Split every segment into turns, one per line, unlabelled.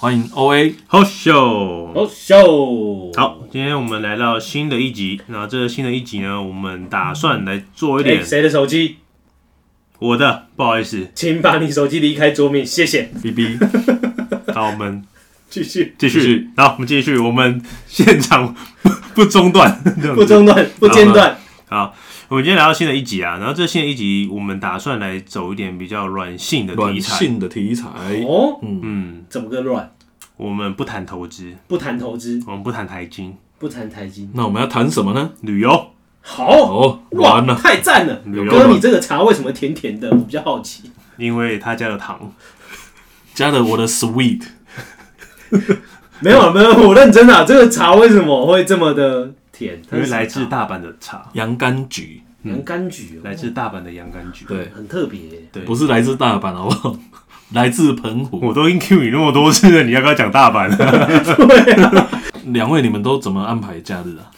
欢迎 O A，
好秀，
好秀，
好，今天我们来到新的一集。那这新的一集呢，我们打算来做一
哎，
点
谁的手机？
我的，不好意思，
请把你手机离开桌面，谢谢。
B B，
好，我们
继续，
继
继续
续，
好，我们继续，我们现场不不中 断，这样
不
子
中断，不间断。
好，我们今天来到新的一集啊，然后这新的一集，我们打算来走一点比较软性的
软
题材，
性的题材，
哦，
嗯，
怎么个乱？
我们不谈投资，
不谈投资，
我们不谈财经，
不谈台金。
那我们要谈什么呢？
旅游，
好，
哦，
哇
完，了，
太赞了！
旅游
哥，你这个茶为什么甜甜的？我比较好奇。
因为他加了糖，
加了我的 sweet，
没有啊没有，我认真啊。这个茶为什么会这么的甜？它
因为
是什么
来自
茶
大阪的茶，
洋甘菊，
洋甘菊哦，
来自大阪的洋甘菊，
对，
很特别。
对
不是来自大阪，好不好？ 来自澎湖。
我都已经 Q 你那么多次了，你要不要讲大阪？
两位，你们都怎么安排假日啊？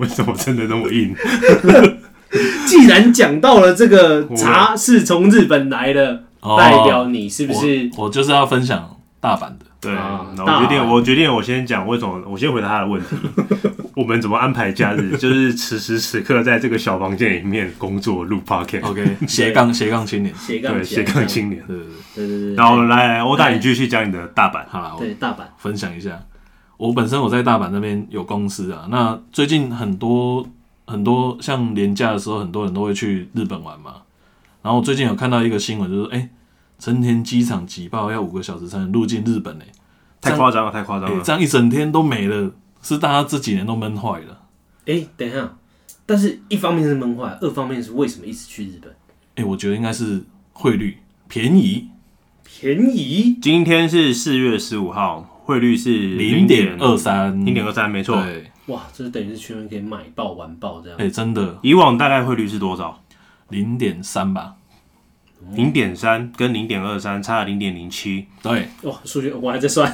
为什么真的那么硬？
既然讲到了这个茶是从日本来的，
哦
代表你是不是？
我我就是要分享大阪 的。
对，
啊
那
大
我决定，
阪
我决定，我先讲为什么，我先回答他的问题。 我们怎么安排假日？ 就是此时此刻在这个小房间里面工作录 podcast，
OK，斜杠斜杠青年，
斜杠
对，
起来
斜杠，青年。嗯
对对对，
对对对，
然后来来欧大，你继续讲你的大阪。
好啦，我
对大阪，
分享一下。我本身我在大阪那边有公司啊，那最近很多很多像年假的时候，很多人都会去日本玩嘛。然后我最近有看到一个新闻，就是哎、诶成田机场挤爆要五个小时才能入境日本呢、
太夸张了，太夸张
诶
了！
这样一整天都没了，是大家这几年都闷坏了。
哎，等一下，但是一方面是闷坏，二方面是为什么一直去日本？
哎、我觉得应该是汇率便宜
便宜，
今天是四月十五号，汇率是
零点二三，
零点二三，没错。
对，
哇，这等于是全面可以买爆玩爆这样
嗯
哎、，真的
以往大概汇率是多少？
零点三吧？
零点三跟零点二三差了零点零七，
对，
哇，数学我还 在算，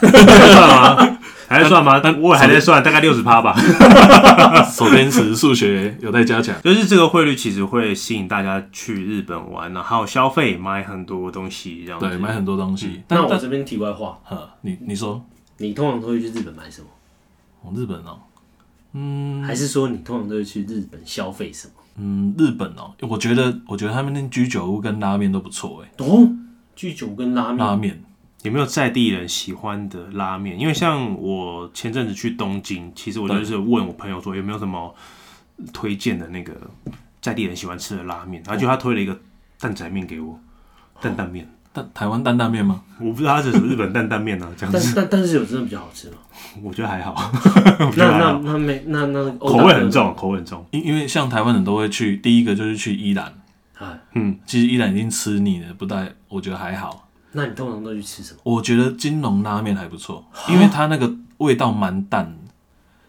还在算吗？但呃我也还在算，大概六十趴吧。
手边时数学有待加强。
就是这个汇率其实会吸引大家去日本玩，然后消费买很多东西这样子。
对，买很多东西。但
那我
但
这边题外话，
呵，你你说，
你通常都会去日本买什么？
哦，日本哦，
嗯
还是说你通常都会去日本消费什么？
嗯，日本哦，我觉得我觉得他们那居酒屋跟拉面都不错哎，
哦，居酒跟拉面，
拉面
有没有在地人喜欢的拉面？因为像我前阵子去东京，其实我就是问我朋友说有没有什么推荐的那个在地人喜欢吃的拉面，然后就他推了一个蛋仔面给我，担担面，
但台湾担担面吗？
我不知道它是什么日本担担面啊，这样
但
子
是但但是有真的比较好吃吗？
我觉得还好， 我觉
那
得还
那
好，
那没那那那
口味很，重，口味很重。
因因为像台湾人都会去，第一个就是去伊兰，
哎，
其实伊兰已经吃腻了，不太我觉得还好。
那你通常都去吃什么？
我觉得金龙拉面还不错，因为它那个味道蛮淡的，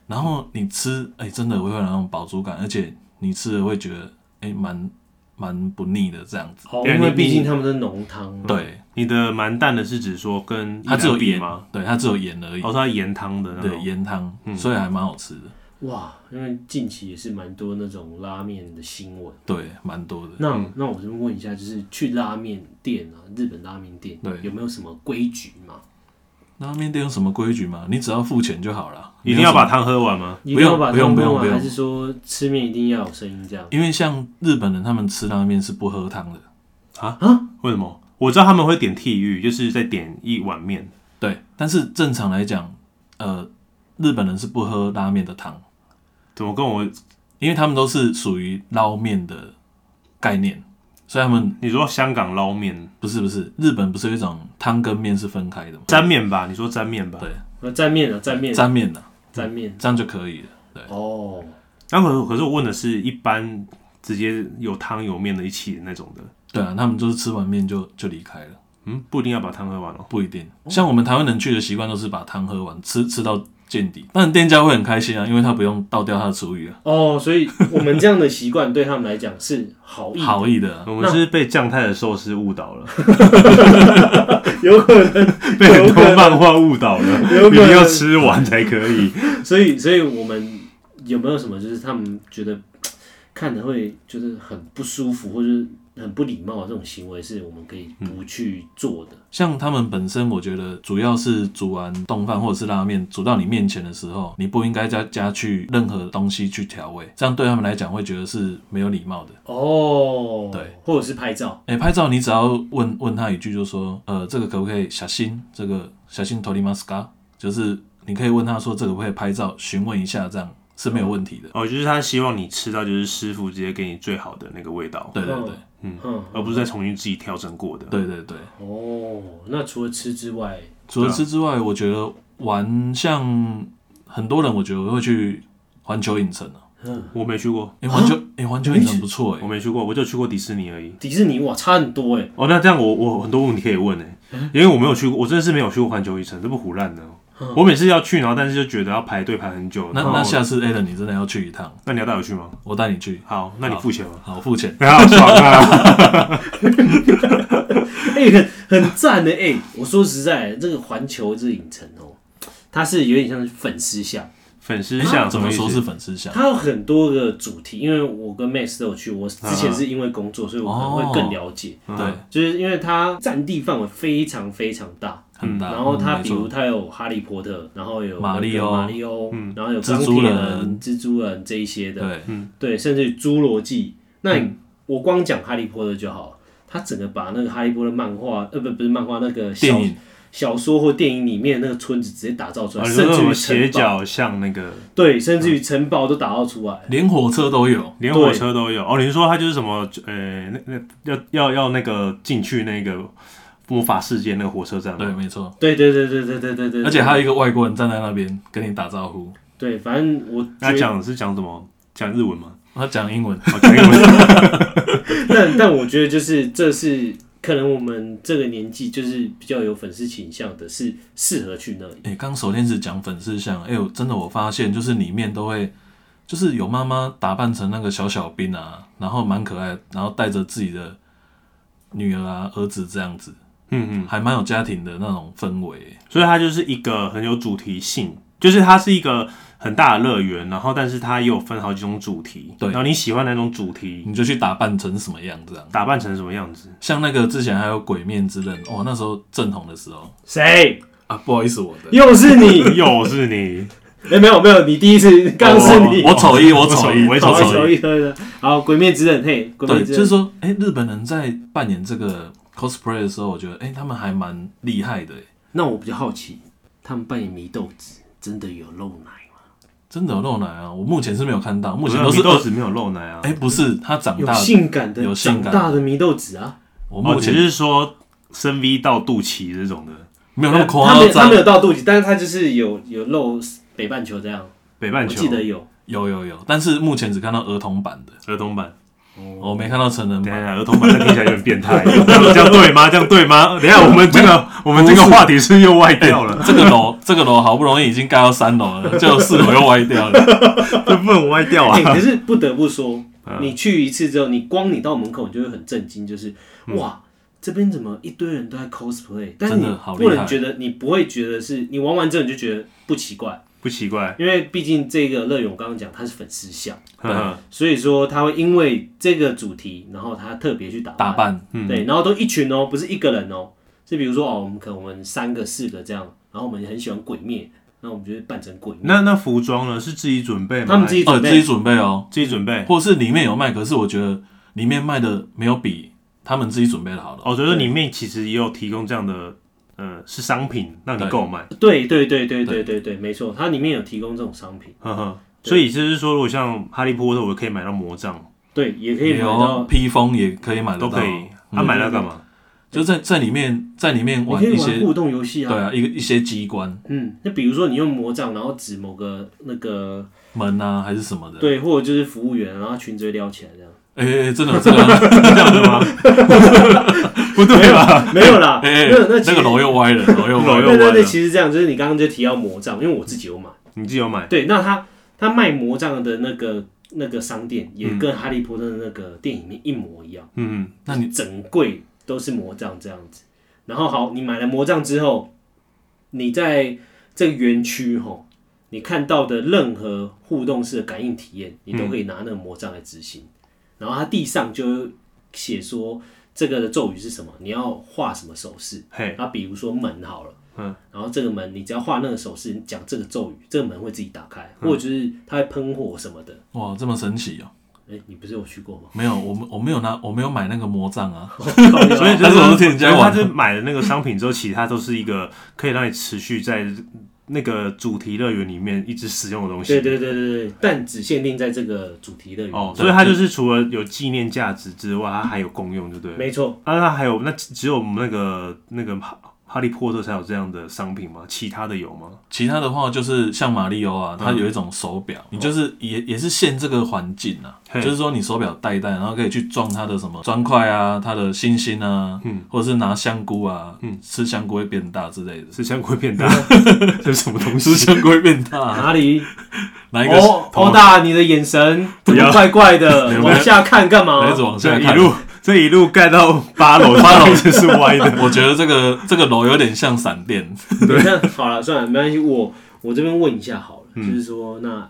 然后你吃哎、真的会有那种饱足感，而且你吃了会觉得哎蛮蛮不腻的这样子。
哦，
因为
因为
你
毕竟他们是浓汤，
对，
你的蛮淡的是指说跟
它只有
比
盐
吗？？
对，它只有盐而已。
哦，是它嗯盐汤的那种
对，盐汤，所以还蛮好吃的。
哇，因为近期也是蛮多那种拉面的新闻。
对，蛮多的。
那那我这边问一下，就是去拉面店啊，日本拉面店，
对
有没有什么规矩嘛？
拉面店有什么规矩吗？你只要付钱就好了，
一定要把汤喝完吗？
一定要把
不用
汤
不
弄
用不
完，
用
还是说吃面一定要有声音这样？
因为像日本人他们吃拉面是不喝汤的，
为什么？我知道他们会点剃浴，就是再点一碗面。
对。但是正常来讲，呃，日本人是不喝拉面的汤，
怎么跟我？
因为他们都是属于捞面的概念，所以他们
你说香港捞面
不是不是日本不是有一种汤跟面是分开的吗？
沾面吧？你说沾面吧？
对
那蘸面啊，蘸面，
沾面的、
蘸面。
这样就可以了。对，
哦，
然后可是我问的是一般直接有汤有面的一起的那种的，
对啊，他们就是吃完面就就离开了，
嗯，不一定要把汤喝完哦。
不一定。像我们台湾人去的习惯都是把汤喝完，吃吃到见底，但店家会很开心啊，因为他不用倒掉他的厨余啊，
哦，所以我们这样的习惯对他们来讲是好意，
好意的啊、
我们是被酱太的寿司误导了，
有可能。
被很多漫画误导了，
有可能
一定要吃完才可以。
所以，所以我们有没有什么就是他们觉得看的会觉得很不舒服，或者是很不礼貌的这种行为，是我们可以不
嗯
去做的。
像他们本身，我觉得主要是煮完冻饭或者是拉面煮到你面前的时候，你不应该再加去任何东西去调味，这样对他们来讲会觉得是没有礼貌的。
哦，
对，
或者是拍照，
哎、拍照你只要问问他一句，就说，呃，这个可不可以小心？这个小心头里马斯卡，就是你可以问他说这个可不可以拍照，询问一下，这样是没有问题的。
哦，就是他希望你吃到就是师傅直接给你最好的那个味道，
对对对
嗯，
而不是再重新自己调整过的。
对对对。
哦，那除了吃之外，
除
啊
了吃之外，我觉得玩像很多人，我觉得会去环球影城啊。
我没去过，
啊
哎、环球哎，环、球影城不错哎、
我没去过，我就去过迪士尼而已。
迪士尼哇差很多哎，
哦，那这样我我很多问题可以问呢，欸
嗯
因为我没有去过，我真的是没有去过环球影城，这不胡乱的哦。
嗯
我每次要去，然后但是就觉得要排队排很久。
那
哦
然后
那下次 a l a n 你真的要去一趟，
那你要带我去吗？
我带你去。
好，那你付钱吗？
好，付钱。
好爽啊！
哎、很很赞的哎、我说实在，这个环球这个影城哦，它是有点像是粉丝像，
粉丝像
啊怎么说是
是
粉丝像？
它有很多个主题，因为我跟 Max 都有去，我之前是因为工
哦
作，所以我可能会更了解，
对，
就是因为它占地范围非常非常大。
很大。
然后它
嗯
比
没错
如它有哈利波特，然后有
马里奥嗯
马里奥，然后有
蜘
钢
蛛
铁
人
人、蜘蛛人这一些的，嗯
对，
对，甚至于侏罗纪。那你、
嗯
我光讲哈利波特就好了，他整个把那个哈利波特漫画，呃，不不是漫画，那个小
电影
小说或电影里面那个村子直接打造出来，
啊，你说
甚
那
至于
种
城
斜
堡，
角像那个
对，甚
嗯
至于城堡都打造出来。
连火车都有。
连火车都有哦。你是说它就是什么？呃，那那要要要那个进去那个魔法世界那个火车
嗯
站
对，
吗？
没错。
对对对对对对对对，
而且还有一个外国人站在那边跟你打招呼，
对，反正我
那
觉得，
讲是讲什么？讲日文吗？
他讲英 文。
哦，讲英文。
但但我觉得就是这是可能我们这个年纪就是比较有粉丝倾向的，是适合去那里。
哎、刚首先是讲粉丝像，哎、呦，真的我发现就是里面都会，就是有妈妈打扮成那个小小兵啊，然后蛮可爱的，然后带着自己的女儿啊、儿子这样子，
嗯嗯，
还蛮有家庭的那种氛围。
所以它就是一个很有主题性，就是它是一个很大的乐园，然后但是它也有分好几种主题，
对
然后你喜欢哪种主题，
你就去打扮成什么样这样。
打扮成什么样子？
像那个之前还有《鬼面之刃》，哦，那时候正红的时候
谁？
啊，不好意思，我的
又是
哦
你？
又是 你，
哎、没有没有，你第一次刚是你。
哦我丑一，我丑
丑
一，
一我也
好，
丑
一。
手一喝的。好，《鬼灭之刃》嘿，《鬼灭
对，
之
就
刃
是》说，哎、日本人在扮演这个 cosplay 的时候，我觉得，哎、他们还蛮厉害的、哎
那我比较好奇，他们扮演祢豆子真的有露奶吗？
真的有露奶啊！我目前是没有看到，目
不
前
是
都是二
米豆
十。
子没有露奶啊？
哎、不是，他长
有
大，
性感的，
有性感
长大的祢豆子啊，
我
哦，
目
只
前
是说深 V 到肚脐这种的，
没有那么
他没
夸
有他
张
没。有到肚脐，但是他就是有有露北半球这样，
北
我
半球
记得有。
有有有，但是目前只看到儿童版的，
儿童版，
哦
我没看到成人
等
版。
一下儿童版，这听起来有点变态，这样这样对吗？这样对吗？等一下我们这个我们这个话题是又歪 掉了，
这个楼，这个楼好不容易已经盖到三楼了，就四楼又歪掉 了。
这不能歪掉啊
哎、！可是不得不说，
嗯
你去一次之后，你光你到门口，你就会很震惊，就是、哇，这边怎么一堆人都在 cosplay？但
嗯
是
真
你
的好厉
不能
害
觉得，你不会觉得是你玩完之后你就觉得不奇怪，
不奇怪，
因为毕竟这个乐园我刚刚讲它是粉丝向。
呵呵
所以说他会因为这个主题，然后他特别去打
打扮，嗯
对，然后都一群哦，不是一个人哦，是比如说哦，我们可能我们三个四个这样，然后我们很喜欢鬼灭，那我们就会扮成鬼灭，
那那服装呢？是自己准备吗？
他们自己
哦，
准
自
备，
己准备哦，
自己准备。
或是里面有卖，可是我觉得里面卖的没有比他们自己准备的好了。
哦，所以说里面其实也有提供这样的，呃，是商品让你
对
购买，
对对对对对对对，没错，它里面有提供这种商品，
呵呵。
对
所以就是说，如果像哈利波特，我可以买到魔杖，
对，也可以买
有
到，
披风也可以买得
都
到，哦嗯
可以。
嗯
他、买到干嘛？
就在在里面在里面
你
玩
可以
一
玩
些，
互动游戏
对
啊，
啊，一个一些机关
嗯，那比如说你用魔杖，然后指某个那个
门啊还是什么的。
对，或者就是服务员，然后裙子会撩起来这样，
哎、哎哎真的有这个，
这 样的吗？不对吧？
没有 啦，
哎、哎
那那其
那
实
个楼又歪了，楼又歪
楼
了
又。
对对
玩
对，
了
其实这样就是你刚刚就提到魔杖，因为我自己有买。
你自己有买
对，那他他卖魔杖的那个那个商店也跟《哈利波特》的那个电影里面一模一样，
嗯，
那你
整柜都是魔杖这样子。然后好，你买了魔杖之后，你在这个园区吼，你看到的任何互动式的感应体验，你都可以拿那个魔杖来执行。然后它地上就写说这个的咒语是什么，你要画什么手势。
嘿，
那比如说门好了，
嗯，
然后这个门你只要画那个手势，你讲这个咒语，这个门会自己打开，
嗯
或者就是它会喷火什么的。
哇，这么神奇哦！
哎、你不是有去过吗？
没有，我们我没有拿，我没有买那个魔杖啊。
哦
所以就
但是我是听人家玩
他是买了那个商品之后，其他都是一个可以让你持续在那个主题乐园里面一直使用的东西。
对对对对对，但只限定在这个主题乐园。
哦，
对
所以它就是除了有纪念价值之外，它还有功用，对不对？
没错，
啊，那还有那只只有我们那个那个哈哈利波特才有这样的商品吗？其他的有吗？
其他的话就是像马里欧
嗯
啊，它有一种手表，你就是也也是限这个环境啊，
嘿
就是说你手表戴一戴，然后可以去撞它的什么砖块啊，它的星星啊，
嗯
或者是拿香菇啊，
嗯
吃香菇会变大之类的，
是香菇 变大，这是什么东
吃
西？
香菇会变大啊，
哪里？
哪一个
哦，
头
头发
发
欧大，你的眼神怎
要
么怪怪的
没？有
往下看干嘛
哪一？ 直往
这
下
一
看？
路这一路盖到 八楼，八楼这是歪的。
我觉得这个这个楼有点像闪电，
那好了，算了，没关系。我我这边问一下好了，就是说，那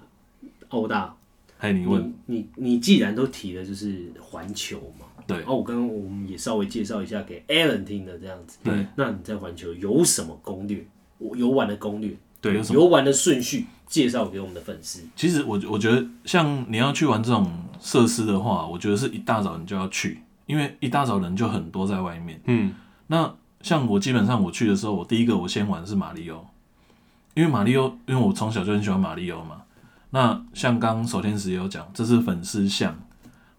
欧大，
哎，嗯你问
你你你既然都提了，就是环球嘛，
对
哦，我刚刚我们也稍微介绍一下给 Alan 听的这样子。
嗯
对，
那你在环球有什么攻略？我游玩的攻略，
对有什么？
游玩的顺序介绍给我们的粉丝。
其实我我觉得像你要去玩这种设施的话，我觉得是一大早你就要去，因为一大早人就很多在外面。
嗯，
那像我基本上我去的时候，我第一个我先玩是马里奥，因为马里奥，因为我从小就很喜欢马里奥嘛。那像刚守天使也有讲，这是粉丝像，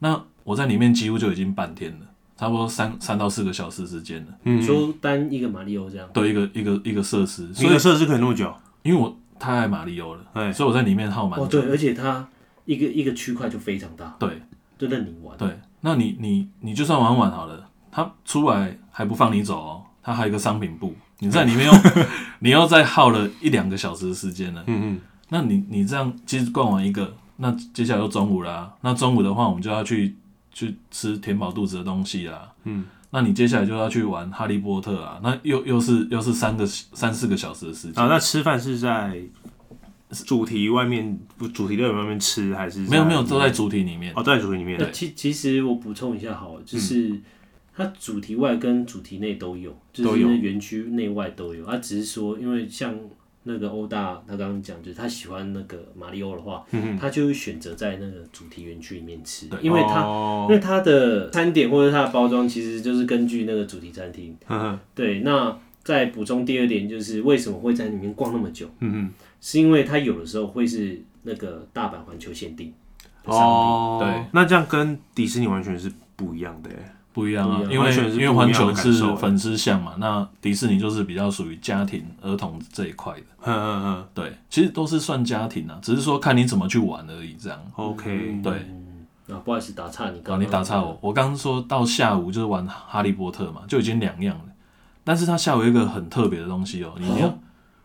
那我在里面几乎就已经半天了，差不多三三到四个小时之间了，
嗯
你说单一个马里奥这样，
对一个一个一个设施，
一
所以
个设置可以那么久，
因为我太爱马里奥了，
哎，
所以我在里面耗蛮
哦，
久
对，而且它一个一个区块就非常大，
对
就任你玩。
对，那你你你就算玩完好了，他出来还不放你走哦，他还有一个商品部，你在里 面又你又再耗了一两个小时的时间了。
嗯
那你你这样其实逛完一个，那接下来就中午啦、那中午的话，我们就要去去吃填饱肚子的东西啦。
嗯，
那你接下来就要去玩哈利波特啊，那又又是又是三个三四个小时的时
嗯，
间。
啊，那吃饭是在主题外面，不主题乐园外面吃还是？
没有没有，都在主题里面。
哦，都在主题里面
那。其其实我补充一下好了，就是、它主题外跟主题内都有，就
都
是
有
那园区内外都有。它啊只是说，因为像那个欧大他刚刚讲，就是他喜欢那个马里奥的话，他就会选择在那个主题园区里面吃，因为他、因
哦，
为它的餐点或者它的包装其实就是根据那个主题餐厅。
嗯哼
对，那再补充第二点就是为什么会在里面逛那么久，
嗯
是因为它有的时候会是那个大阪环球限定
哼，
的商品。
哦，
对，
那这样跟迪士尼完全是不一样的耶，
不一样啊，
不一
因
样
为
完全是
因
不一
为
样的
环球
感受
是粉丝向嘛，那迪士尼就是比较属于家庭、儿童这一块的。
嗯嗯嗯。
对，其实都是算家庭啊，只是说看你怎么去玩而已。这样，
OK，
对
嗯啊，不好意思，打岔你刚
啊，
刚
你打
嗯
岔我，我刚刚说到下午就是玩哈利波特嘛，就已经两样了。但是它下午有一个很特别的东西哦，你要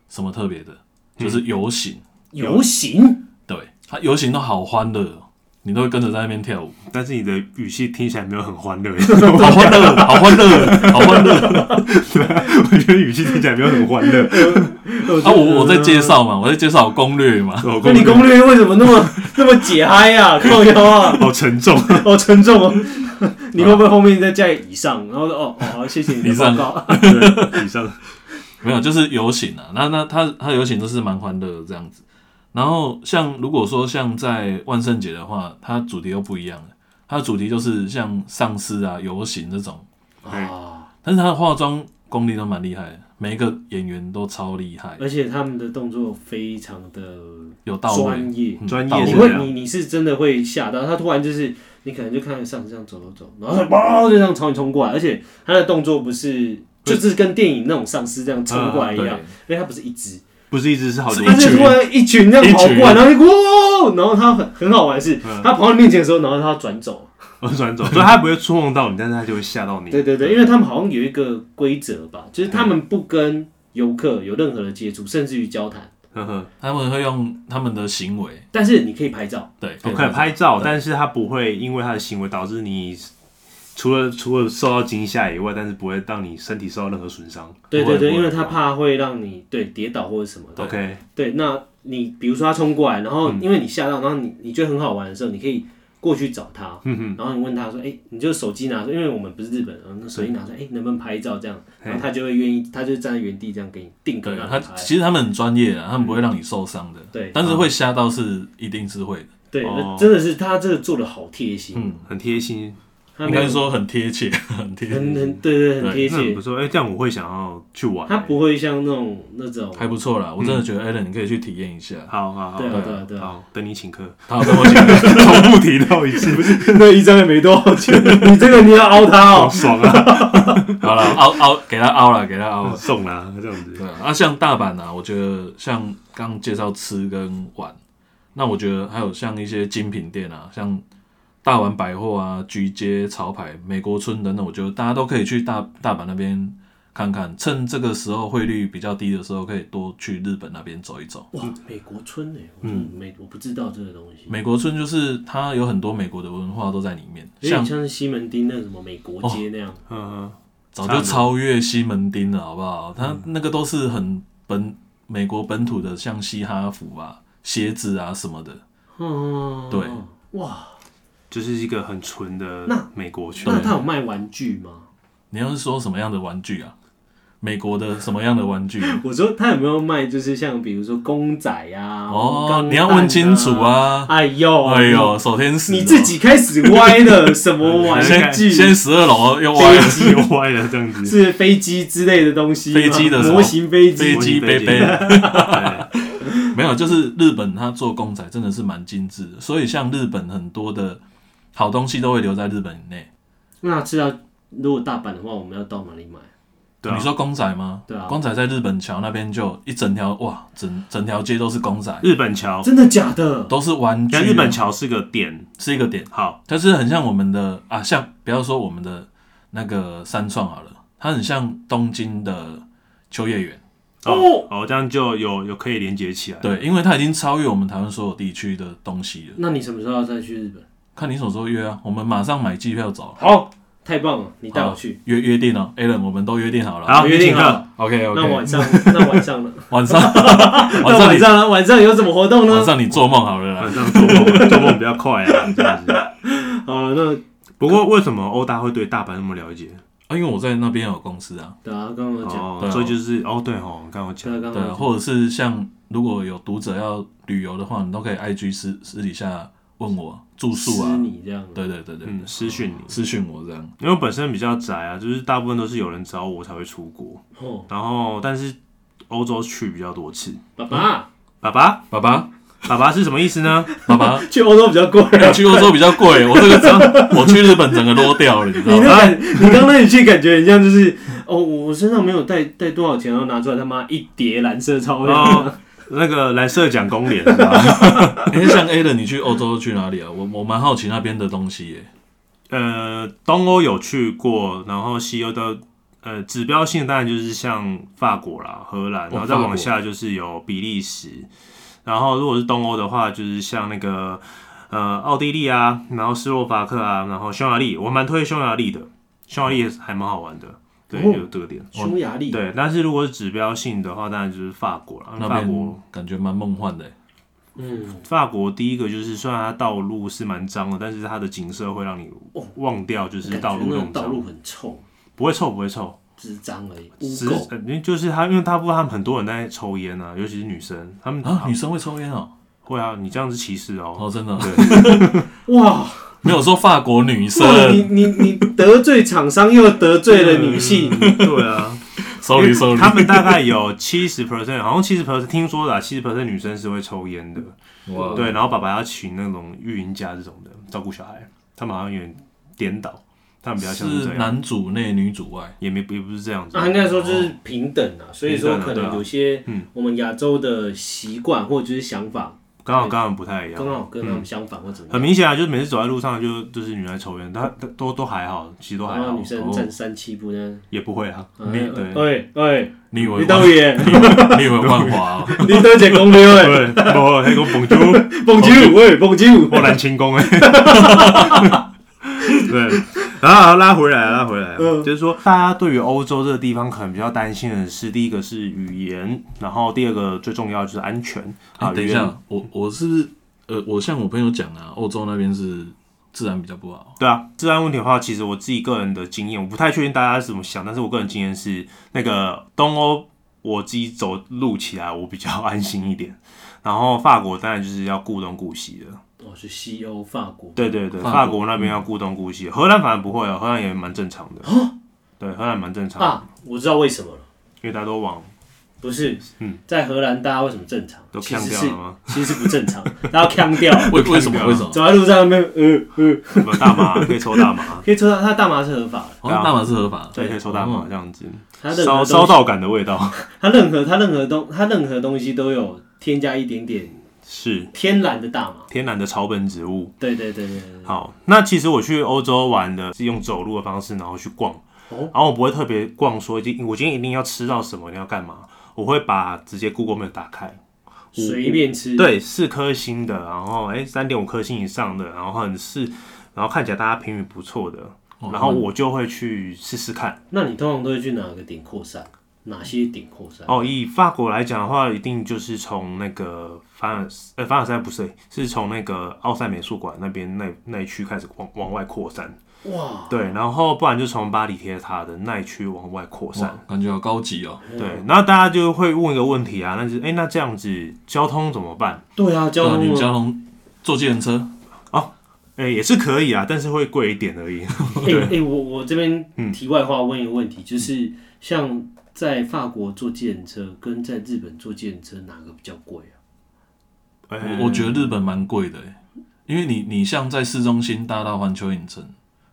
什么特别的？就是游行，
游行，
对，它游行都好欢乐、哦，你都会跟着在那边 跳舞，
但是你的语气听起来没有很欢乐，
好欢乐，好欢乐，好欢乐。
我觉得语气听起来没有很欢 乐。
啊，我我在介绍嘛，我在介绍攻略嘛。
老
那
公
你攻略为什么那么那么解嗨呀、啊？靠腰啊，
好沉重，
好沉重哦。
你会不会后面再加以上？然后说哦，哦好，谢谢你的
以上
报告。
对以上
没有，就是游行啊。那那他他游行都是蛮欢乐的这样子。然后像如果说像在万圣节的话，它主题又不一样了。它的主题就是像丧尸啊、游行这种，
啊，
但是它的化妆功力都蛮厉害的，每一个演员都超厉害，
而且他们的动作非常的
有到位。
专业，
嗯
专
到
业
位
你
是
会
这样
你你是真的会吓到他，突然就是你可能就看上这样走走走，然后哇就这样朝你冲过来，而且他的动作不是就是跟电影那种丧尸这样冲过来一样，
嗯对
因为他不是一只，
不哦是一直是好多
他是突然一群这样跑过来，然后就哇，然后他很很好玩是，他跑到你面前的时候，然后他转走。
我转走，所以他不会触碰到你，但是他就会吓到你。
对对对，因为他们好像有一个规则吧，就是他们不跟游客有任何的接触，甚至于交谈，
呵呵，
他们会用他们的行为，
但是你可以哦拍照。
对，
我可以拍照，但是他不会因为他的行为导致你除了除了受到惊吓以外，但是不会让你身体受到任何损伤。
对
不会
对对，
不会
因为
嗯
他怕会让你对跌倒或者什么的。
OK，
对，那你比如说他冲过来，然后因为你吓到，然后你你觉得很好玩的时候，你可以过去找他，然后你问他说，哎、你就手机拿出，因为我们不是日本人，然后那手机拿出来，哎、能不能拍照这样，然后他就会愿意，他就站在原地这样给你定格
对
让
他
你拍，嗯
其实他们很专业啊，他们不会让你受伤的，
对
但是会吓到是一定是会的，
对，
哦
那真的是他这个做的好贴心，
很贴心，
他
应
没有
该说很贴切， 很贴
很
切，
很对对很贴
那很
切
不，错。哎，这样我会想要去玩。
他不会像那种那种，
还不错啦，我真的觉得 Alan 你可以去体验一下，
好好好，
对啊
好
对啊 对啊
好，等你请客，
他有跟我讲，
重复提到一次，不是
那一张也没多少 钱，你这个你要凹他
好
哦。
爽啊，
好了，凹凹给他凹了，给他凹了。
哦送啦这样子。
对啊，啊，像大阪啊，我觉得像刚介绍吃跟玩，那我觉得还有像一些精品店啊，像大丸百货啊、菊街、潮牌、美国村等等，我觉得大家都可以去大大阪那边看看，趁这个时候汇率比较低的时候，可以多去日本那边走一走。
哇，美国村呢、我真的没我不知道这个东西，
美国村就是它有很多美国的文化都在里面，
有点
像
像是西门町那什么美国
哦
街那样，
嗯，
早就超越西门町了，好不好？
嗯
它那个都是很本美国本土的，像嘻哈服啊、鞋子啊什么的。
哦，
对，
哇，
就是一个很纯的
那
美国圈。
那他有卖玩具吗？
你要是说什么样的玩具啊？美国的什么样的玩具？
啊
我说他有没有卖，就是像比如说公仔呀、钢弹
哦
啊，
你要问清楚！啊！
哎呦
哎，呦，手天使哦，
你自己开始歪了， 什么玩
先
具？
先十二楼又歪
歪
了
了，又歪了，这样子。
是飞机之类的东西吗，
飞机的什么
模型飞机
飞，机
飞
杯
机
杯，
对，
没有，就是日本它做公仔真的是蛮精致的，所以像日本很多的好东西都会留在日本以内。
那知道如果大阪的话，我们要到哪里买？
对啊
你说公仔吗？
对啊
公仔在日本桥那边就一整条哇，整整条街都是公仔，
日本桥，
哦真的假的？
都是玩具。啊
但日本桥是个点，
是一个点。
好，
它是很像我们的啊，像不要说我们的那个三创好了，它很像东京的秋叶原，
哦，哦，这样就有有可以连接起来。
对，因为它已经超越我们台湾所有地区的东西了。
那你什么时候要再去日本？
看你什么时候约啊，我们马上买机票走，啊
好，
太棒了，你带我去。
约约定哦 a l a n 我们都约定好了。
好
我约定好了。
OK
那
OK，
晚上， 那晚上呢？
晚上
那
晚上
晚
你
上呢晚上有什么活动
晚
呢？
上你做梦好了啦
晚。哦上做梦做梦比较快啊，这 样子。
好了，那
不过为什么欧大会对大阪那么了解？
啊，因为我在那边有公司啊，
对啊，刚刚有讲，
哦
对，啊
所以就是哦，对哦，刚刚我讲
对啊，刚
对啊，
刚
或者是像如果有读者要旅游的话，你都可以 IG 私私底下问我住宿
吃
啊，
你这样。
对对对对，
嗯，私讯你，
私讯我这样。
因为我本身比较宅啊，就是大部分都是有人找我才会出国，
哦，
然后但是欧洲去比较多次。
爸爸，
爸爸，
爸爸，
爸爸是什么意思 呢？
爸爸，
去欧洲比较贵。啊
我去欧洲比较贵，我这个张 我去日本整个落掉了，你知
你
道
那
吗？
感，你刚那里去感觉很像就是
哦，我身上没有带带多少钱，然后拿出来他妈一叠蓝色
哦
钞
然
票。
哦
后哦那个蓝色讲公联是 吧？
哎、像 A 的，你去欧洲去哪里啊？我我蛮好奇那边的东西耶、
呃，东欧有去过，然后西欧的呃指标性当然就是像法国啦、荷兰，
哦
然后再
法
往
国
下就是有比利时，然后如果是东欧的话，就是像那个呃奥地利啊，然后斯洛伐克啊，然后匈牙利，我蛮推匈牙利的，匈牙利也是还蛮好玩的，对，
哦
有这个点。
匈牙利，
对，但是如果是指标性的话，当然就是法国了。
那
嗯法
边
国，
感觉蛮梦幻的耶、
嗯，
法国第一个就是，虽然它道路是蛮脏的，但是它的景色会让你忘掉，就是道
感
路
觉
那
那个
种
道
脏
路很臭，
不会臭，不会臭，
只是脏而已，
只
污
是
垢。
呃就是他，因为大部分他们很多人在抽烟啊，尤其是女生，他们
啊，女生会抽烟哦、
会啊，你这样是歧视嗯哦。
哦，真的
对，
哇，
没有说法国女生
哇 你你你得罪厂商又得罪了女性，
对啊，
，sorry
因为
sorry，
他们大概有七十 percent，好像七十 percent 听说的、啊，七十 percent 女生是会抽烟的。
哦
哇，
对，然后爸爸要请那种育婴家这种的照顾小孩，他们好像有点颠倒，他们比较像是
是
这样，
男主内女主外，
也没也不是这样子。
啊那应该说就是平等啊，所以说可能有些
哦平等啊对啊
我们亚洲的习惯或者就是想法，
刚好刚好不太一样
刚。好跟他们相反或怎么
嗯很
样。
明显啊，就是每次走在路上就就是女孩抽烟，她她都都还好，其实都还
然
好
后，哦女生站三七步呢，
也不会啊。
嗯
你对，
哎哎，
你以为
李
万
导演，
你以为万华、哦？
你得解公牛哎，
对，哦无迄个蹦珠，
蹦极舞哎，蹦极舞，
波兰轻功 哎。对，然后好拉回来，拉回来，
嗯
就是说，大家对于欧洲这个地方可能比较担心的是，第一个是语言，然后第二个最重要就是安全。
啊，
哎
啊，
等一
语言，
下，我我是呃，我像我朋友讲啊，欧洲那边是治安比较不好。
对啊，治安问题的话，其实我自己个人的经验，我不太确定大家是怎么想，但是我个人经验是，那个东欧我自己走路起来我比较 安心一点，然后法国当然就是要顾东顾西的，
哦，是西欧法国，
对对对，
法国
法国那边要顾东顾西，荷兰反而不会哦，荷兰也蛮正常的，对，荷兰蛮正常的，
啊，我知道为什么了，
因为大家都往
不是，在荷兰大家为什么正常？
嗯都
其
呛
实
掉
是
了吗？
其实是不正常，大家腔 掉，
为为什么？为什
啊
么？
走在路上那边，呃呃，
有没有大麻可以抽大 麻，
可以抽到他大麻是合法的，
好像大麻是合法的，
对，可以抽大麻这样子，
他任
烧
何
烧
东西，
到感的味道
他任何他任何东他任何东西都有添加一点点
是
天然的大麻，
天然的草本植物。
对对对对对，对
好，那其实我去欧洲玩的是用走路的方式，然后去逛，
哦
然后我不会特别逛说，一定我今天一定要吃到什么，你要干嘛？我会把直接 Google Map 打开，
随便吃，
对，四颗星的，然后哎三点五颗星以上的，然后很是，然后看起来大家评语不错的，
哦
然后我就会去试试看。
那你通常都会去哪个点扩散？哪些点扩散？
哦，以法国来讲的话，一定就是从那个凡尔呃凡尔赛不是，是从那个奥赛美术馆那边那那一区开始往往外扩散。
哇，
对，然后不然就从巴黎铁塔的那一区往外扩
哇
散。，
感觉好高级哦。
对，那大家就会问一个问题啊，那就是哎、诶那这样子交通怎么办？
对啊，交
对啊
通
你
啊
交通坐计程车，
哎、也是可以啊，但是会贵一点而
哦
已。
哎、哎、我我这
嗯
边题外话问一个问题，就是像在法国坐计程车跟在日本坐计程车哪个比较贵啊？
诶
我我觉得日本蛮贵的欸，因为你你像在市中心大道环球影城，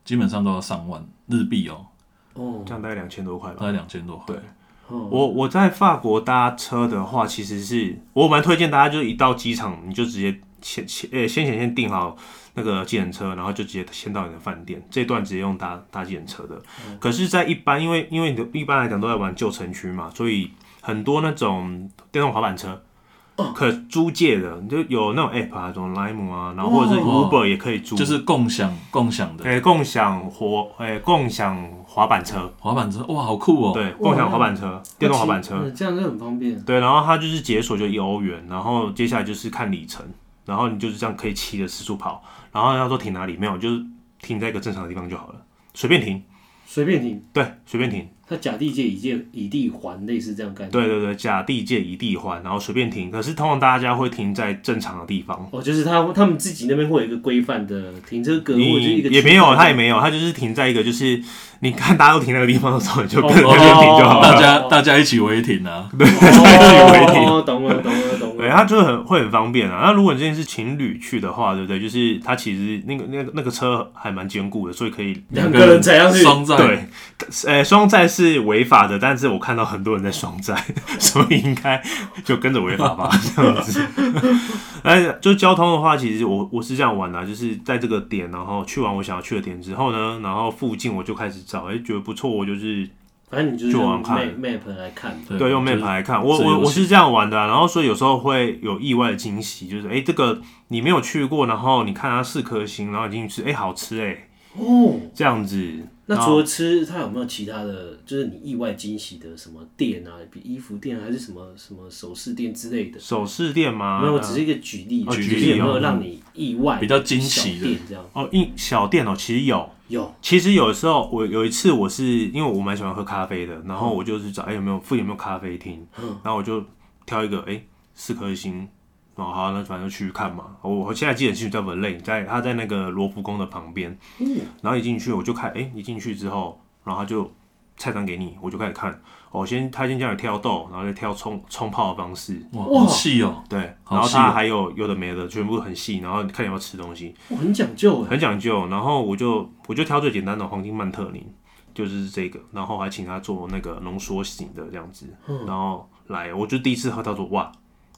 基本上都要上万日币哦，
哦
这样大概两千多块吧。
大概两千多块。
哦，
我我在法国搭车的话，其实是我蛮推荐大家，就一到机场你就直接先先呃先前先订好那个计程车，然后就直接先到你的饭店，这段直接用搭搭计程车的。
嗯
可是，在一般因为因为你的一般来讲都在玩旧城区嘛，所以很多那种电动滑板车。
嗯
可租借的，你就有那种 app 啊，这种 Lime 啊，然后或者是
哦
Uber 也可以租，
就是共享共享的
诶、共享活诶、共享滑板车，
滑板车，哇，好酷哦！
对，共享滑板车，电动滑板车，
那其嗯这样就很方便。
对，然后它就是解锁就一欧元，然后接下来就是看里程，然后你就是这样可以骑着四处跑，然后要说停哪里没有，就是停在一个正常的地方就好了，随便停，
随便停，
对，随便停，
它假地借以借以地还，类似这样概念。
对对对，甲地界一地还，然后随便停，可是通常大家会停在正常的地方，
哦，就是他他们自己那边会有一个规范的停车格，或者是
你
一个
也没有，啊
他
他也没有，他就是停在一个就是你看大家都停那个地方的时候，你就
哦
跟着那边停就好了。
大家大家一起违停啊！
以为停
哦，懂了懂了懂
对，啊
了。
它就是很会很方便啊。那如果你今天是情侣去的话，对不对？就是它其实那个那个那个车还蛮坚固的，所以可以
两个人踩上去，
双载，
对，呃，双载是违法的，但是我看到很多人在双载， 所以应该就跟着违法吧，这样子。哎，就交通的话，其实我我是这样玩的、啊就是在这个点，然后去完我想要去的点之后呢，然后附近我就开始找，哎、觉得不错，我就是
反正你就是
就
用
往看
map map 来看。
对，用 map
牌，
来看，我
自由
我我
行
是这样玩的啊、然后所以有时候会有意外的惊喜，就是哎、这个你没有去过，然后你看它四颗星，然后你进去吃，哎、好吃哎、
哦，
这样子。
那
然后
除了吃，它有没有其他的，就是你意外惊喜的什么店啊，比衣服店啊还是什么什么首饰店之类的？
首饰店吗？
没有，只是一个举例，
啊哦
举例
有没有
哦
让你意外
比较惊喜
小
的
店这样？
哦，一小店哦，其实有，
有
其实有时候我有一次我是因为我蛮喜欢喝咖啡的，然
嗯
后我就去找哎、有没有附近有没有咖啡厅，然后我就挑一个哎、四颗星，然后好那反正就去看嘛。我我现在记得很清楚叫 Verlaine，在它在那个罗浮宫的旁边，
嗯
然后一进去我就看哎、一进去之后，然后他就菜单给你，我就开始看。哦，先他先叫你挑豆，然后再挑冲冲泡的方式，
哇，好细哦！
对，
好
然后
细哦
他还有有的没的，全部很细，然后看你要不要吃东西。
哇很讲究哎，
很讲究。然后我就我就挑最简单的黄金曼特宁，就是这个，然后还请他做那个浓缩型的这样子，然后来，我就第一次喝到说哇，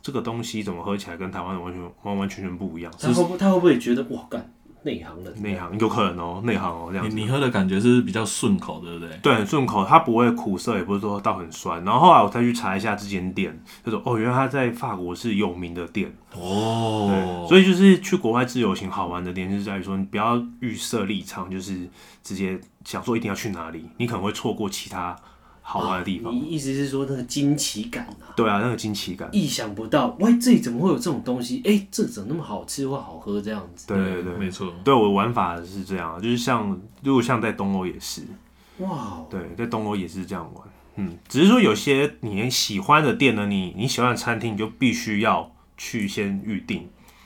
这个东西怎么喝起来跟台湾的完全完完全全不一样，
他会不他会不会觉得哇干内行人？
内行有可能哦、内行哦、这样子。
你你喝的感觉是比较顺口，对不对？
对，很顺口，它不会苦涩，也不是说到很酸。然后后来我再去查一下这间店，就说哦，原来它在法国是有名的店，
哦，
所以就是去国外自由行好玩的点，就是在于说你不要预设立场，就是直接想说一定要去哪里，你可能会错过其他好玩的地方。
你
哦
意思是说那个惊奇感啊，
对啊，那个惊奇感，
意想不到，喂，这里怎么会有这种东西？哎、这怎么那么好吃或好喝这样子？
对对对，
没错。
对我的玩法是这样，就是像如果像在东欧也是，
哇哦，
对，在东欧也是这样玩。嗯，只是说有些你喜欢的店呢，你你喜欢的餐厅，你就必须要去先预定。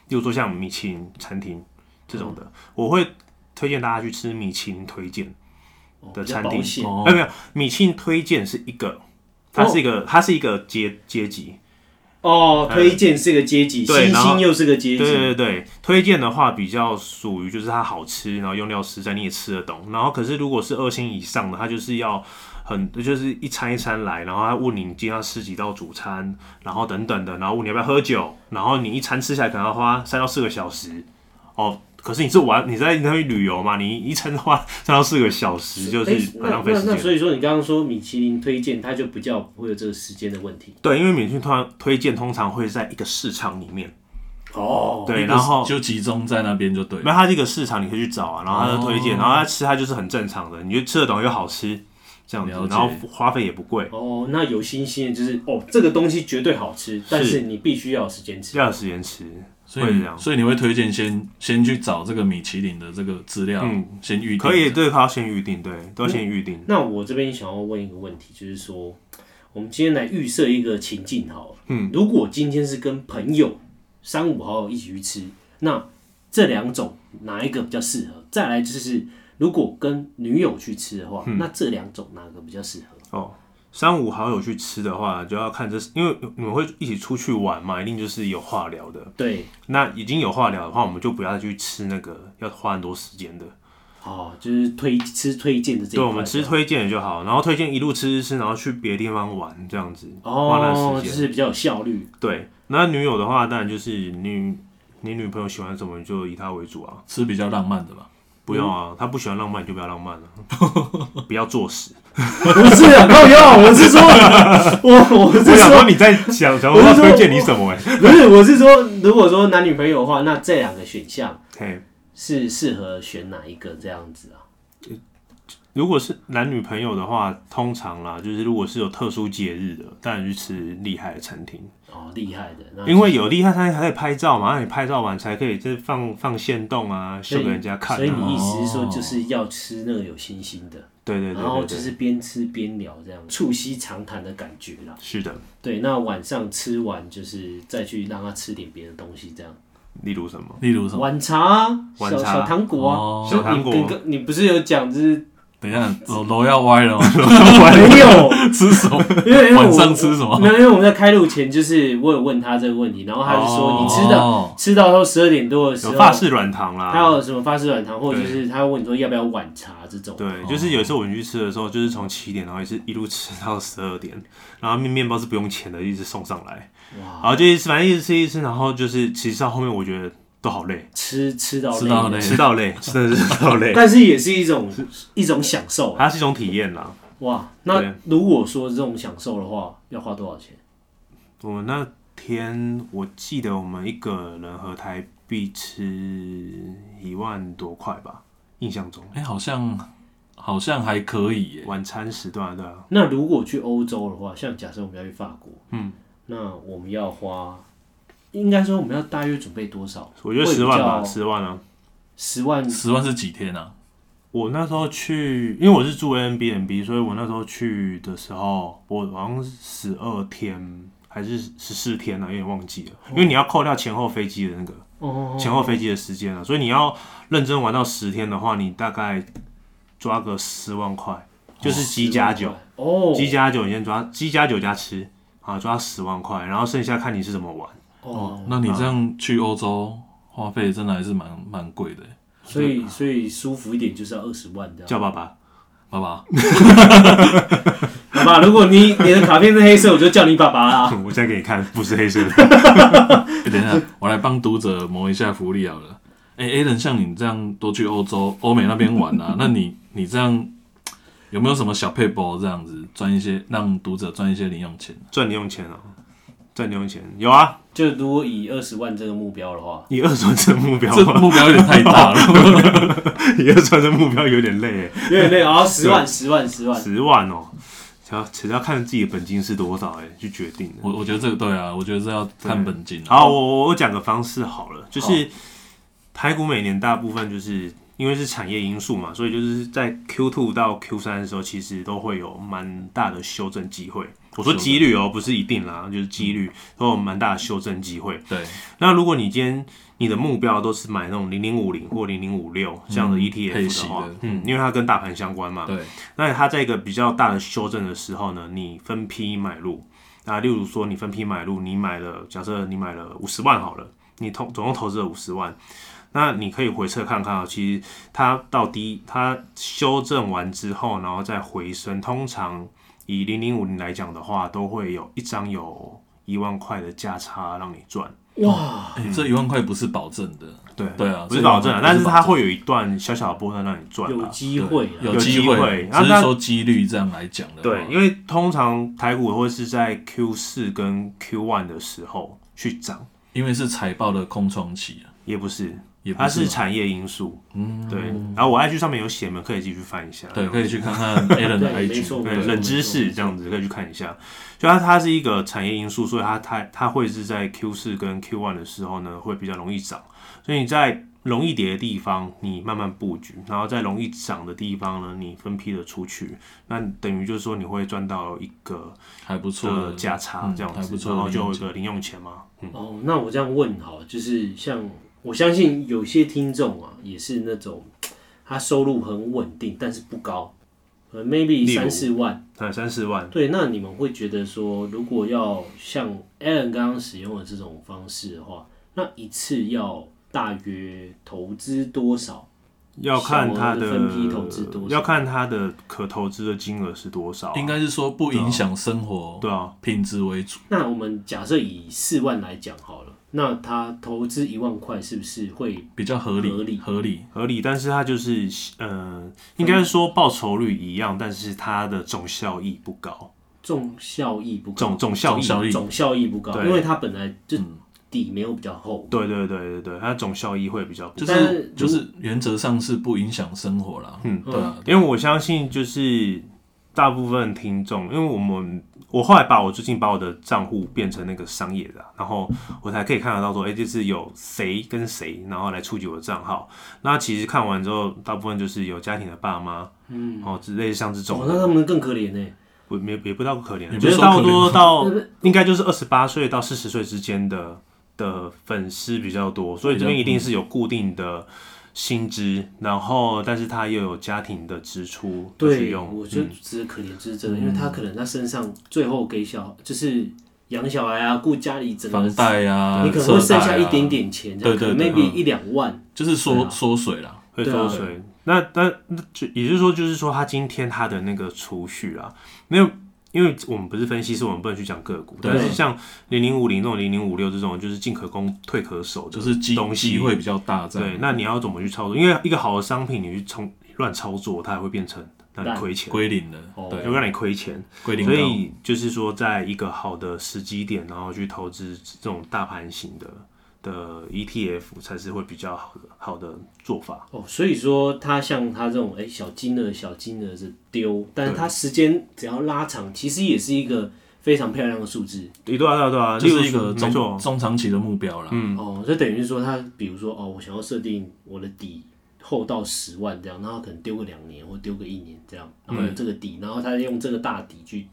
例如说像米其林餐厅这种的，
嗯
我会推荐大家去吃米其林推荐。
哦
的
比较
餐
保
厅
险
哦
哦
哎，没有，米其林推荐是一个，它是一个，它是一个阶阶级。
哦，推荐是个阶级，
哎对
星
然后
星又是个阶
对对
级，
对对，推荐的话比较属于就是它好吃，然后用料实在，你也吃得懂。然后可是如果是二星以上的，它就是要很就是一餐一餐来，然后他问你今天要吃几道主餐，然后等等的，然后问你要不要喝酒，然后你一餐吃下来可能要花三到四个小时。哦，可是你是玩你在那边旅游嘛，你一餐花三到四个小时，就
哎
是
那
很浪费时
那那
间。
所以说，你刚刚说米其林推荐，它就不叫会有这个时间的问题
对，因为免讯通推荐通常会在一个市场里面，
哦。
对，
一个
然后
就集中在那边就对了。
那它这个市场你可以去找啊，然后它就推荐，
哦
然后它吃它就是很正常的，你就吃得懂又好吃，这样子
了，解
然后花费也不贵，
哦，那有新鲜的就是哦，这个东西绝对好吃，但是你必须要有时间吃。
要有时间吃，
所
会
以
这样，
所以你会推荐先先去找这个米其林的这个资料，
嗯
先预定
可以，对，它要先预定，对，都要先预定，
那我这边想要问一个问题，就是说，我们今天来预设一个情境好了，嗯，如果今天是跟朋友三五好友一起去吃，那这两种哪一个比较适合？再来就是，如果跟女友去吃的话，
嗯
那这两种哪个比较适合？
哦。三五好友去吃的话，就要看这，因为你们会一起出去玩嘛，一定就是有话聊的。
对，
那已经有话聊的话，我们就不要再去吃那个要花很多时间的。
哦，就是推吃推荐的这一
对，
块，
我们吃推荐的就好，然后推荐一路吃吃吃，然后去别的地方玩这样子，花那
哦，
时
就
间。
是比较有效 率
对，那女友的话，当然就是你你女朋友喜欢什么，你就以她为主啊，
吃比较浪漫的吧。
不用啊，
嗯
她不喜欢浪漫，你就不要浪 漫了、啊不要作死。
不是啊，靠腰，我 是说，我我是说，
你在想想
我是说
你什么、欸？
不是，我是说，如果说男女朋友的话，
那这两个选项
嘿，
是适合选哪一个这样子啊？
如果是男女朋友的话，通常啦，就是如果是有特殊节日的，当然去吃厉害的餐厅，
哦，厉害的，那
因为有厉害餐厅还可以拍照嘛，那你拍照完才可以再放放线动啊，秀给人家看、
所以
啊。
你意思是说，就是要吃那个有星星的，
对对对
然后
对
就
对，
是边吃边聊，这样促膝长谈的感觉啦。
是的，
对，那晚上吃完就是再去让他吃点别的东西，这样
例如什么？
例如什么？
晚茶啊、
晚
小
茶
小糖果啊。
哦
小糖果
你跟跟你不是有讲，就是
等一下，楼楼要歪 了吗？
没有，
吃什么？
因为因为我
晚上吃什么？
没有，因为我们在开录前，就是我有问他这个问题，然后他就说
哦
你吃 的
哦
吃到后十二点多的时
有
候，
法式软糖啦，
还有什么法式软糖，或者
啊对
是他问你说要不要晚茶这种。
对，就是有时候我们去吃的时候，就是从七点，然后也是一路吃到十二点，然后面面包是不用钱的，一直送上来，然
哇，
后就一直反正一直吃一直吃，然后就是其实到后面我觉得都好累，
吃吃到
吃到
累
累
吃到累， 真的是吃到累，
但是也是一种一种享受啊。
它是一种体验啦。
哇，那
对
如果说这种享受的话，要花多少钱？
我们那天我记得我们一个人合台币吃一万多块吧，印象中
哎，好像好像还可以耶。
晚餐时段对啊，
那如果去欧洲的话，像假设我们要去法国，嗯，那我们要花，应该说我们要大约准备多少？
我觉得十万吧，
会比较
十万啊。
十万
十万是几天啊？
我那时候去，因为我是住 a n b n b 所以我那时候去的时候，我好像是十二天还是十四天了、啊有点忘记了。因为你要扣掉前后飞机的那个
哦，
前后飞机的时间了、啊所以你要认真玩到十天的话，你大概抓个十万块，就是机加酒，
哦，
机加酒你先抓，机加酒加吃啊，抓十万块，然后剩下看你是怎么玩。
哦
哦，，
那你这
啊
样去欧洲，花费真的还是蛮蛮贵的耶，
所以所以舒服一点就是要二十万这样。
叫爸爸，
爸爸。
好吧，如果你你的卡片是黑色，我就叫你爸爸
啊
啦。
我现在给你看，不是黑色的，
欸、等一下，我来帮读者谋一下福利好了。哎、a l a n 像你这样多去欧洲、欧美那边玩 啊，那你你这样有没有什么小配包这样子赚一些，让读者赚一些零用 钱？
赚零用钱啊，赚零用钱有啊，
就如果以二十万这个目标的话，
你二十万这个目标
这
吗？
目标有点太大了。
也要算这目标有点累耶，
有点累啊，十万十万十万，
十万哦、只要只要看自己的本金是多少、哎，去决定的。
我我觉得这个对啊，我觉得这要看本金啊。
好，我我我讲个方式好了，就是台股每年大部分就是因为是产业因素嘛，所以就是在 Q two 到 Q 三的时候，其实都会有蛮大的修正机会。我说几率哦、不是一定啦，就是几
嗯
率都有蛮大的修正机会。
对，
那如果你今天你的目标都是买那种零零五零或零零五六这样的
嗯
ETF 的话，
配息的
嗯，因为它跟大盘相关嘛，
对，
那它在一个比较大的修正的时候呢，你分批买入。那例如说，你分批买入，你买了，假设你买了五十万好了，你投总共投资了五十万，那你可以回测看看啊，其实它到低，它修正完之后，然后再回升，通常以零零五零来讲的话，都会有一张有一万块的价差让你赚。
哇，
哎这一万块不是保证的，
对
对啊
不是保证啊，
这个
但
不是
是
保证
它会有一段小小的波段让你赚
有
啊。
机会啊，
有
有
机
机会啊
只
那
是说几率这样来讲的话，
对，因为通常台股会是在 Q 四跟 Q one 的时候去涨，
因为是财报的空窗期啊，
也不是，
也不
它
是
是
嘛
产业因素。
嗯，
对，然后我 IG 上面有写嘛，可以继续翻一下。
对，可以去看看 Alan 的
对没
IG，
错
对
没错
冷知识这样子可以去看一下。就它它是一个产业因素，所以它它它会是在 Q 四跟 Q one 的时候呢，会比较容易涨。所以你在容易跌的地方，你慢慢布局；然后在容易涨的地方呢，你分批的出去。那等于就是说，你会赚到一个
还不错
的
的。
价差
嗯
这样
还
子，
不错的
然后就
零
有
用
一
钱
个零用钱嘛。嗯，
哦，那我这样问好了，就是像我相信有些听众啊，也是那种他收入很稳定，但是不高，呃，maybe
例如
三四万。
那三四万，
对，那你们会觉得说，如果要像 Alan 刚刚使用的这种方式的话，那一次要大约投资多少？
要看它
小额的分批投资多少
要看它的可投资的金额是多少啊、
应该是说不影响生活
对啊，
品质为主，
那我们假设以四万来讲好了，那他投资一万块是不是会
比较合
合理
理，合理。
合理。但是它就是，呃，应该是说报酬率一样，但是它的总效益不高，
重效益不高
总？总效益。
总效益嗯
总效益不高，
对
因为它本来就底没有比较厚。
对对对对对，它总效益会比较不
就
高。
但是
是就是原则上是不影响生活啦。
嗯
对啊，
因为我相信就是大部分听众，因为我们我后来把我最近把我的账户变成那个商业的啊、然后我才可以看得到说，哎、就是有谁跟谁，然后来触及我的账号。那其实看完之后，大部分就是有家庭的爸妈，嗯，哦之类像这
哦
种，
那
的，
他们更可怜呢、
我没也不到可怜，
也
我
不
觉
是说
得差不
可
多
怜
到应该就是二十八岁到四十岁之间的的粉丝比较多，所以这边一定是有固定的。薪资，然后但是他又有家庭的支出要去
对，
用，
我觉得只是可怜之
嗯
真的，因为他可能他身上最后给小就是养小孩啊，顾家里整个
房，贷啊，
你可能会
车贷
剩
啊
下一点，点钱，这样
对对嗯
可能
对
maybe 一两万，
就是
对
缩
啊
缩水啦。
会
对
缩
啊
水。那那那就也就是说，就是说他今天他的那个储蓄啊，没有，因为我们不是分析师，我们不能去讲个股，
对
但是像零零五零这种零零五六这种，就是进可攻退可守，
就是机
东西
机会比较大，啊这样
对。那你要怎么去操作？因为一个好的商品，你去冲乱操作，它也会变成让你亏钱，
归零了
哦，
对，
会让你亏钱。
归零
所
高。
以就是说，在一个好的时机点，然后去投资这种大盘型的的 ETF 才是会比较好的好的做法。
哦，所以说他像他这种哎、小金额小金额是丢，但是他时间只要拉长，其实也是一个非常漂亮的数字。
对对啊对啊对啊，
就是一
例如
个
没错
中，中长期的目标啦。
嗯
哦，这等于是说他，比如说哦，我想要设定我的底厚到十万这样，那他可能丢个两年或丢个一年这样，然后有这个底，然后他用这个大底去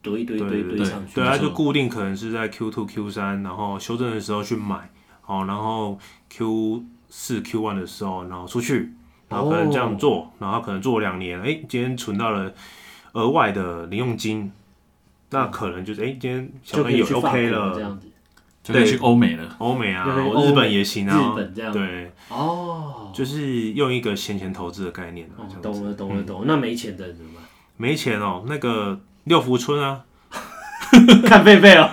堆堆堆堆
对
上去。
嗯对，啊它
没错
就固定可能是在 Q two Q 三，然后修正的时候去买，哦，然后 Q 四 Q one 的时候，然后出去，然后可能这
哦
样做，然后可能做两年，哎、今天存到了额外的零用金，那可能就是哎、今天小
就可
朋友
以去法
OK
国这
了，
样子，
就可以去欧美了。
欧美啊，
对对
日本也行啊，
日本这样
对，
哦，
就是用一个闲钱投资的概念啊，
哦
这样
懂了懂了懂了。那没钱的人怎么
没钱哦，那个六福村啊，
办？ 看贝贝哦，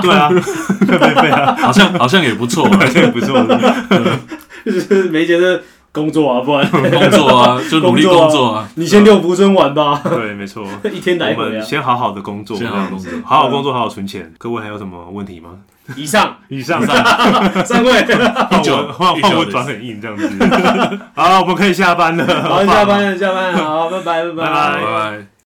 对啊， 对对啊，
好像好像也不错啊，
这个不错。
就是没钱的工作啊，不然
工作啊，就努力
工作啊
工作啊，
你先六福村玩 吧，
对，没错。
一天来
我
回
们
啊。
先好好的工作，
先好好工作
啊
这样子好好工作，好好存钱。各位还有什么问题吗？
以上
以上
三 位，
换
九
我换
一九
换我
的
转很硬这样 子。好，我们可以下班了，
好，下班了，下班了，好，拜拜，拜
拜
拜拜。